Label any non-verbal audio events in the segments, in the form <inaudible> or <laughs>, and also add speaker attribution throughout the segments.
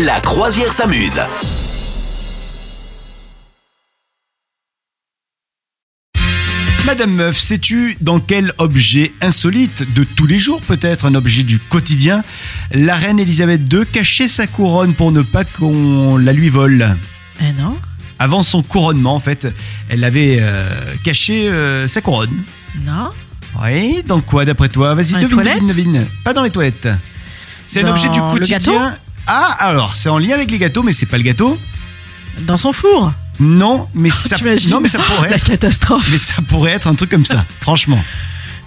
Speaker 1: La croisière s'amuse.
Speaker 2: Madame Meuf, sais-tu dans quel objet insolite, de tous les jours peut-être, un objet du quotidien, la reine Elisabeth II cachait sa couronne pour ne pas qu'on la lui vole
Speaker 3: Eh non
Speaker 2: Avant son couronnement, en fait, elle avait euh, caché euh, sa couronne.
Speaker 3: Non
Speaker 2: Oui, dans quoi d'après toi Vas-y,
Speaker 3: Dans les
Speaker 2: devine, devine,
Speaker 3: toilettes
Speaker 2: devine. Pas dans les toilettes. C'est un
Speaker 3: Dans
Speaker 2: objet du
Speaker 3: le
Speaker 2: quotidien. Ah, alors, c'est en lien avec les gâteaux, mais c'est pas le gâteau.
Speaker 3: Dans son four
Speaker 2: Non,
Speaker 3: <laughs>
Speaker 2: mais ça,
Speaker 3: T'imagines
Speaker 2: non, mais ça pourrait
Speaker 3: <laughs> La
Speaker 2: être.
Speaker 3: catastrophe
Speaker 2: Mais ça pourrait être un truc comme ça, franchement.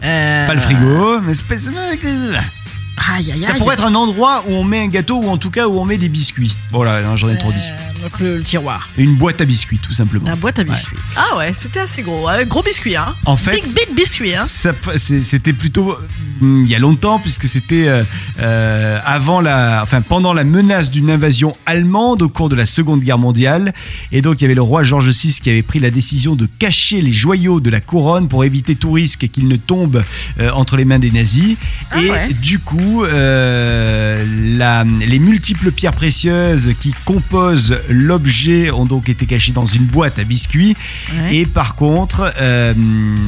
Speaker 3: C'est
Speaker 2: Pas
Speaker 3: Ah.
Speaker 2: le frigo, mais c'est pas- c'est pas-
Speaker 3: Euh, Aïe, aïe,
Speaker 2: ça
Speaker 3: aïe.
Speaker 2: pourrait être un endroit où on met un gâteau ou en tout cas où on met des biscuits. Voilà, non, j'en ai trop dit.
Speaker 3: Euh, donc le, le tiroir.
Speaker 2: Une boîte à biscuits, tout simplement.
Speaker 3: La boîte à biscuits. Ah ouais, c'était assez gros. Euh, gros biscuit, hein
Speaker 2: En fait,
Speaker 3: Big, big biscuit, hein
Speaker 2: ça- c'est- c'était plutôt hum, il y a longtemps puisque c'était euh, euh, avant la, enfin pendant la menace d'une invasion allemande au cours de la Seconde Guerre mondiale. Et donc il y avait le roi George VI qui avait pris la décision de cacher les joyaux de la couronne pour éviter tout risque qu'ils ne tombent euh, entre les mains des nazis.
Speaker 3: Ah
Speaker 2: et
Speaker 3: ouais.
Speaker 2: du coup, euh, la- les multiples pierres précieuses qui composent l'objet ont donc été cachées dans une boîte à biscuits.
Speaker 3: Ouais.
Speaker 2: Et par contre, euh,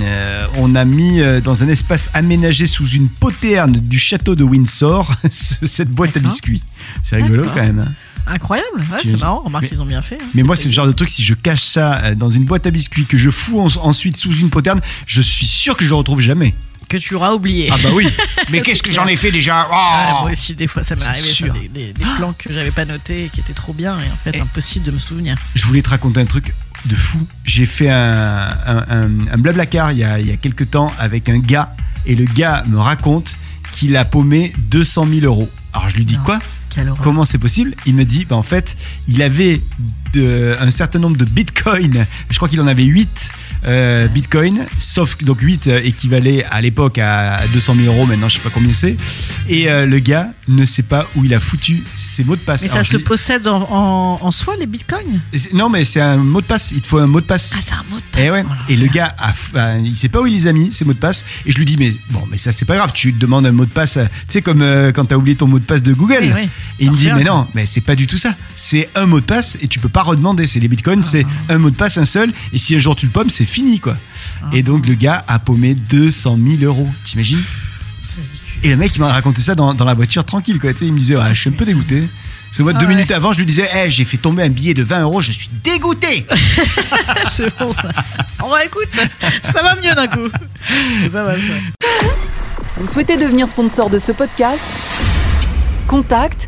Speaker 2: euh, on a mis euh, dans un espace aménagé sous une poterne du château de Windsor <laughs> ce- cette boîte à
Speaker 3: D'accord.
Speaker 2: biscuits. C'est rigolo
Speaker 3: D'accord.
Speaker 2: quand même. hein.
Speaker 3: Incroyable Ouais,
Speaker 2: Tu-
Speaker 3: c'est marrant. Remarque
Speaker 2: mais-
Speaker 3: qu'ils ont bien fait. hein.
Speaker 2: Mais moi,
Speaker 3: pas
Speaker 2: c'est le
Speaker 3: idiot.
Speaker 2: genre de truc, si je cache ça euh, dans une boîte à biscuits, que je fous en- ensuite sous une poterne, je suis sûr que je le retrouve jamais.
Speaker 3: Que tu auras oublié.
Speaker 2: Ah bah <laughs> oui. Mais qu'est-ce que
Speaker 3: clair.
Speaker 2: j'en ai fait déjà Oh
Speaker 3: <laughs> Ah, moi aussi, des fois, ça m'est
Speaker 2: C'est
Speaker 3: arrivé. ça,
Speaker 2: sûr.
Speaker 3: des, des- des plans que j'avais pas notés et qui étaient trop bien et en fait,
Speaker 2: Et-
Speaker 3: impossible de me souvenir.
Speaker 2: Je voulais te raconter un truc de fou. J'ai fait un, un, un- un blablacar il y, a, il y a quelques temps avec un gars et le gars me raconte qu'il a paumé 200 000 euros. Alors je lui dis
Speaker 3: Non.
Speaker 2: quoi
Speaker 3: Quelle horreur.
Speaker 2: Comment c'est possible Il me dit, bah, en fait, il avait de- un certain nombre de bitcoins. Je crois qu'il en avait 8 bitcoins, sauf que donc 8 équivalait à l'époque à 200 000 euros. Maintenant, je sais pas combien c'est. Et euh, le gars ne sait pas où il a foutu ses mots de passe.
Speaker 3: Mais ça
Speaker 2: Alors, je
Speaker 3: se
Speaker 2: lui-
Speaker 3: possède en, en- en soi, les bitcoins
Speaker 2: Non, mais c'est un mot de passe. Il te faut un mot de passe.
Speaker 3: c'est un mot de passe.
Speaker 2: Et, Eh ouais.
Speaker 3: Oh là
Speaker 2: et le
Speaker 3: là.
Speaker 2: gars, a, a- il sait pas où il les a mis, ses mots de passe. Et je lui dis, mais bon, mais ça, c'est pas grave. Tu te demandes un mot de passe, euh, tu sais, comme euh, quand t'as oublié ton mot de passe de Google.
Speaker 3: Eh Oui, oui.
Speaker 2: Et il me dit,
Speaker 3: T'en
Speaker 2: mais
Speaker 3: regardes.
Speaker 2: non, mais c'est pas du tout ça. C'est un mot de passe et tu peux pas redemander. C'est les bitcoins, c'est
Speaker 3: Ah.
Speaker 2: un mot de passe, un seul. Et si un jour tu le pommes, c'est fini, quoi.
Speaker 3: Ah.
Speaker 2: Et donc, le gars a paumé 200 000 euros. T'imagines
Speaker 3: C'est ridicule.
Speaker 2: Et le mec, il m'a raconté ça dans, dans la voiture tranquille, quoi. Tu sais, il me disait, Ah, je suis un peu dégoûté. Parce que moi,
Speaker 3: Ah
Speaker 2: deux
Speaker 3: ouais.
Speaker 2: minutes avant, je lui disais, Eh, j'ai fait tomber un billet de 20 euros, je suis dégoûté.
Speaker 3: <laughs> c'est bon ça. On va écoute, ça va mieux d'un coup. C'est pas mal ça.
Speaker 4: Vous souhaitez devenir sponsor de ce podcast Contact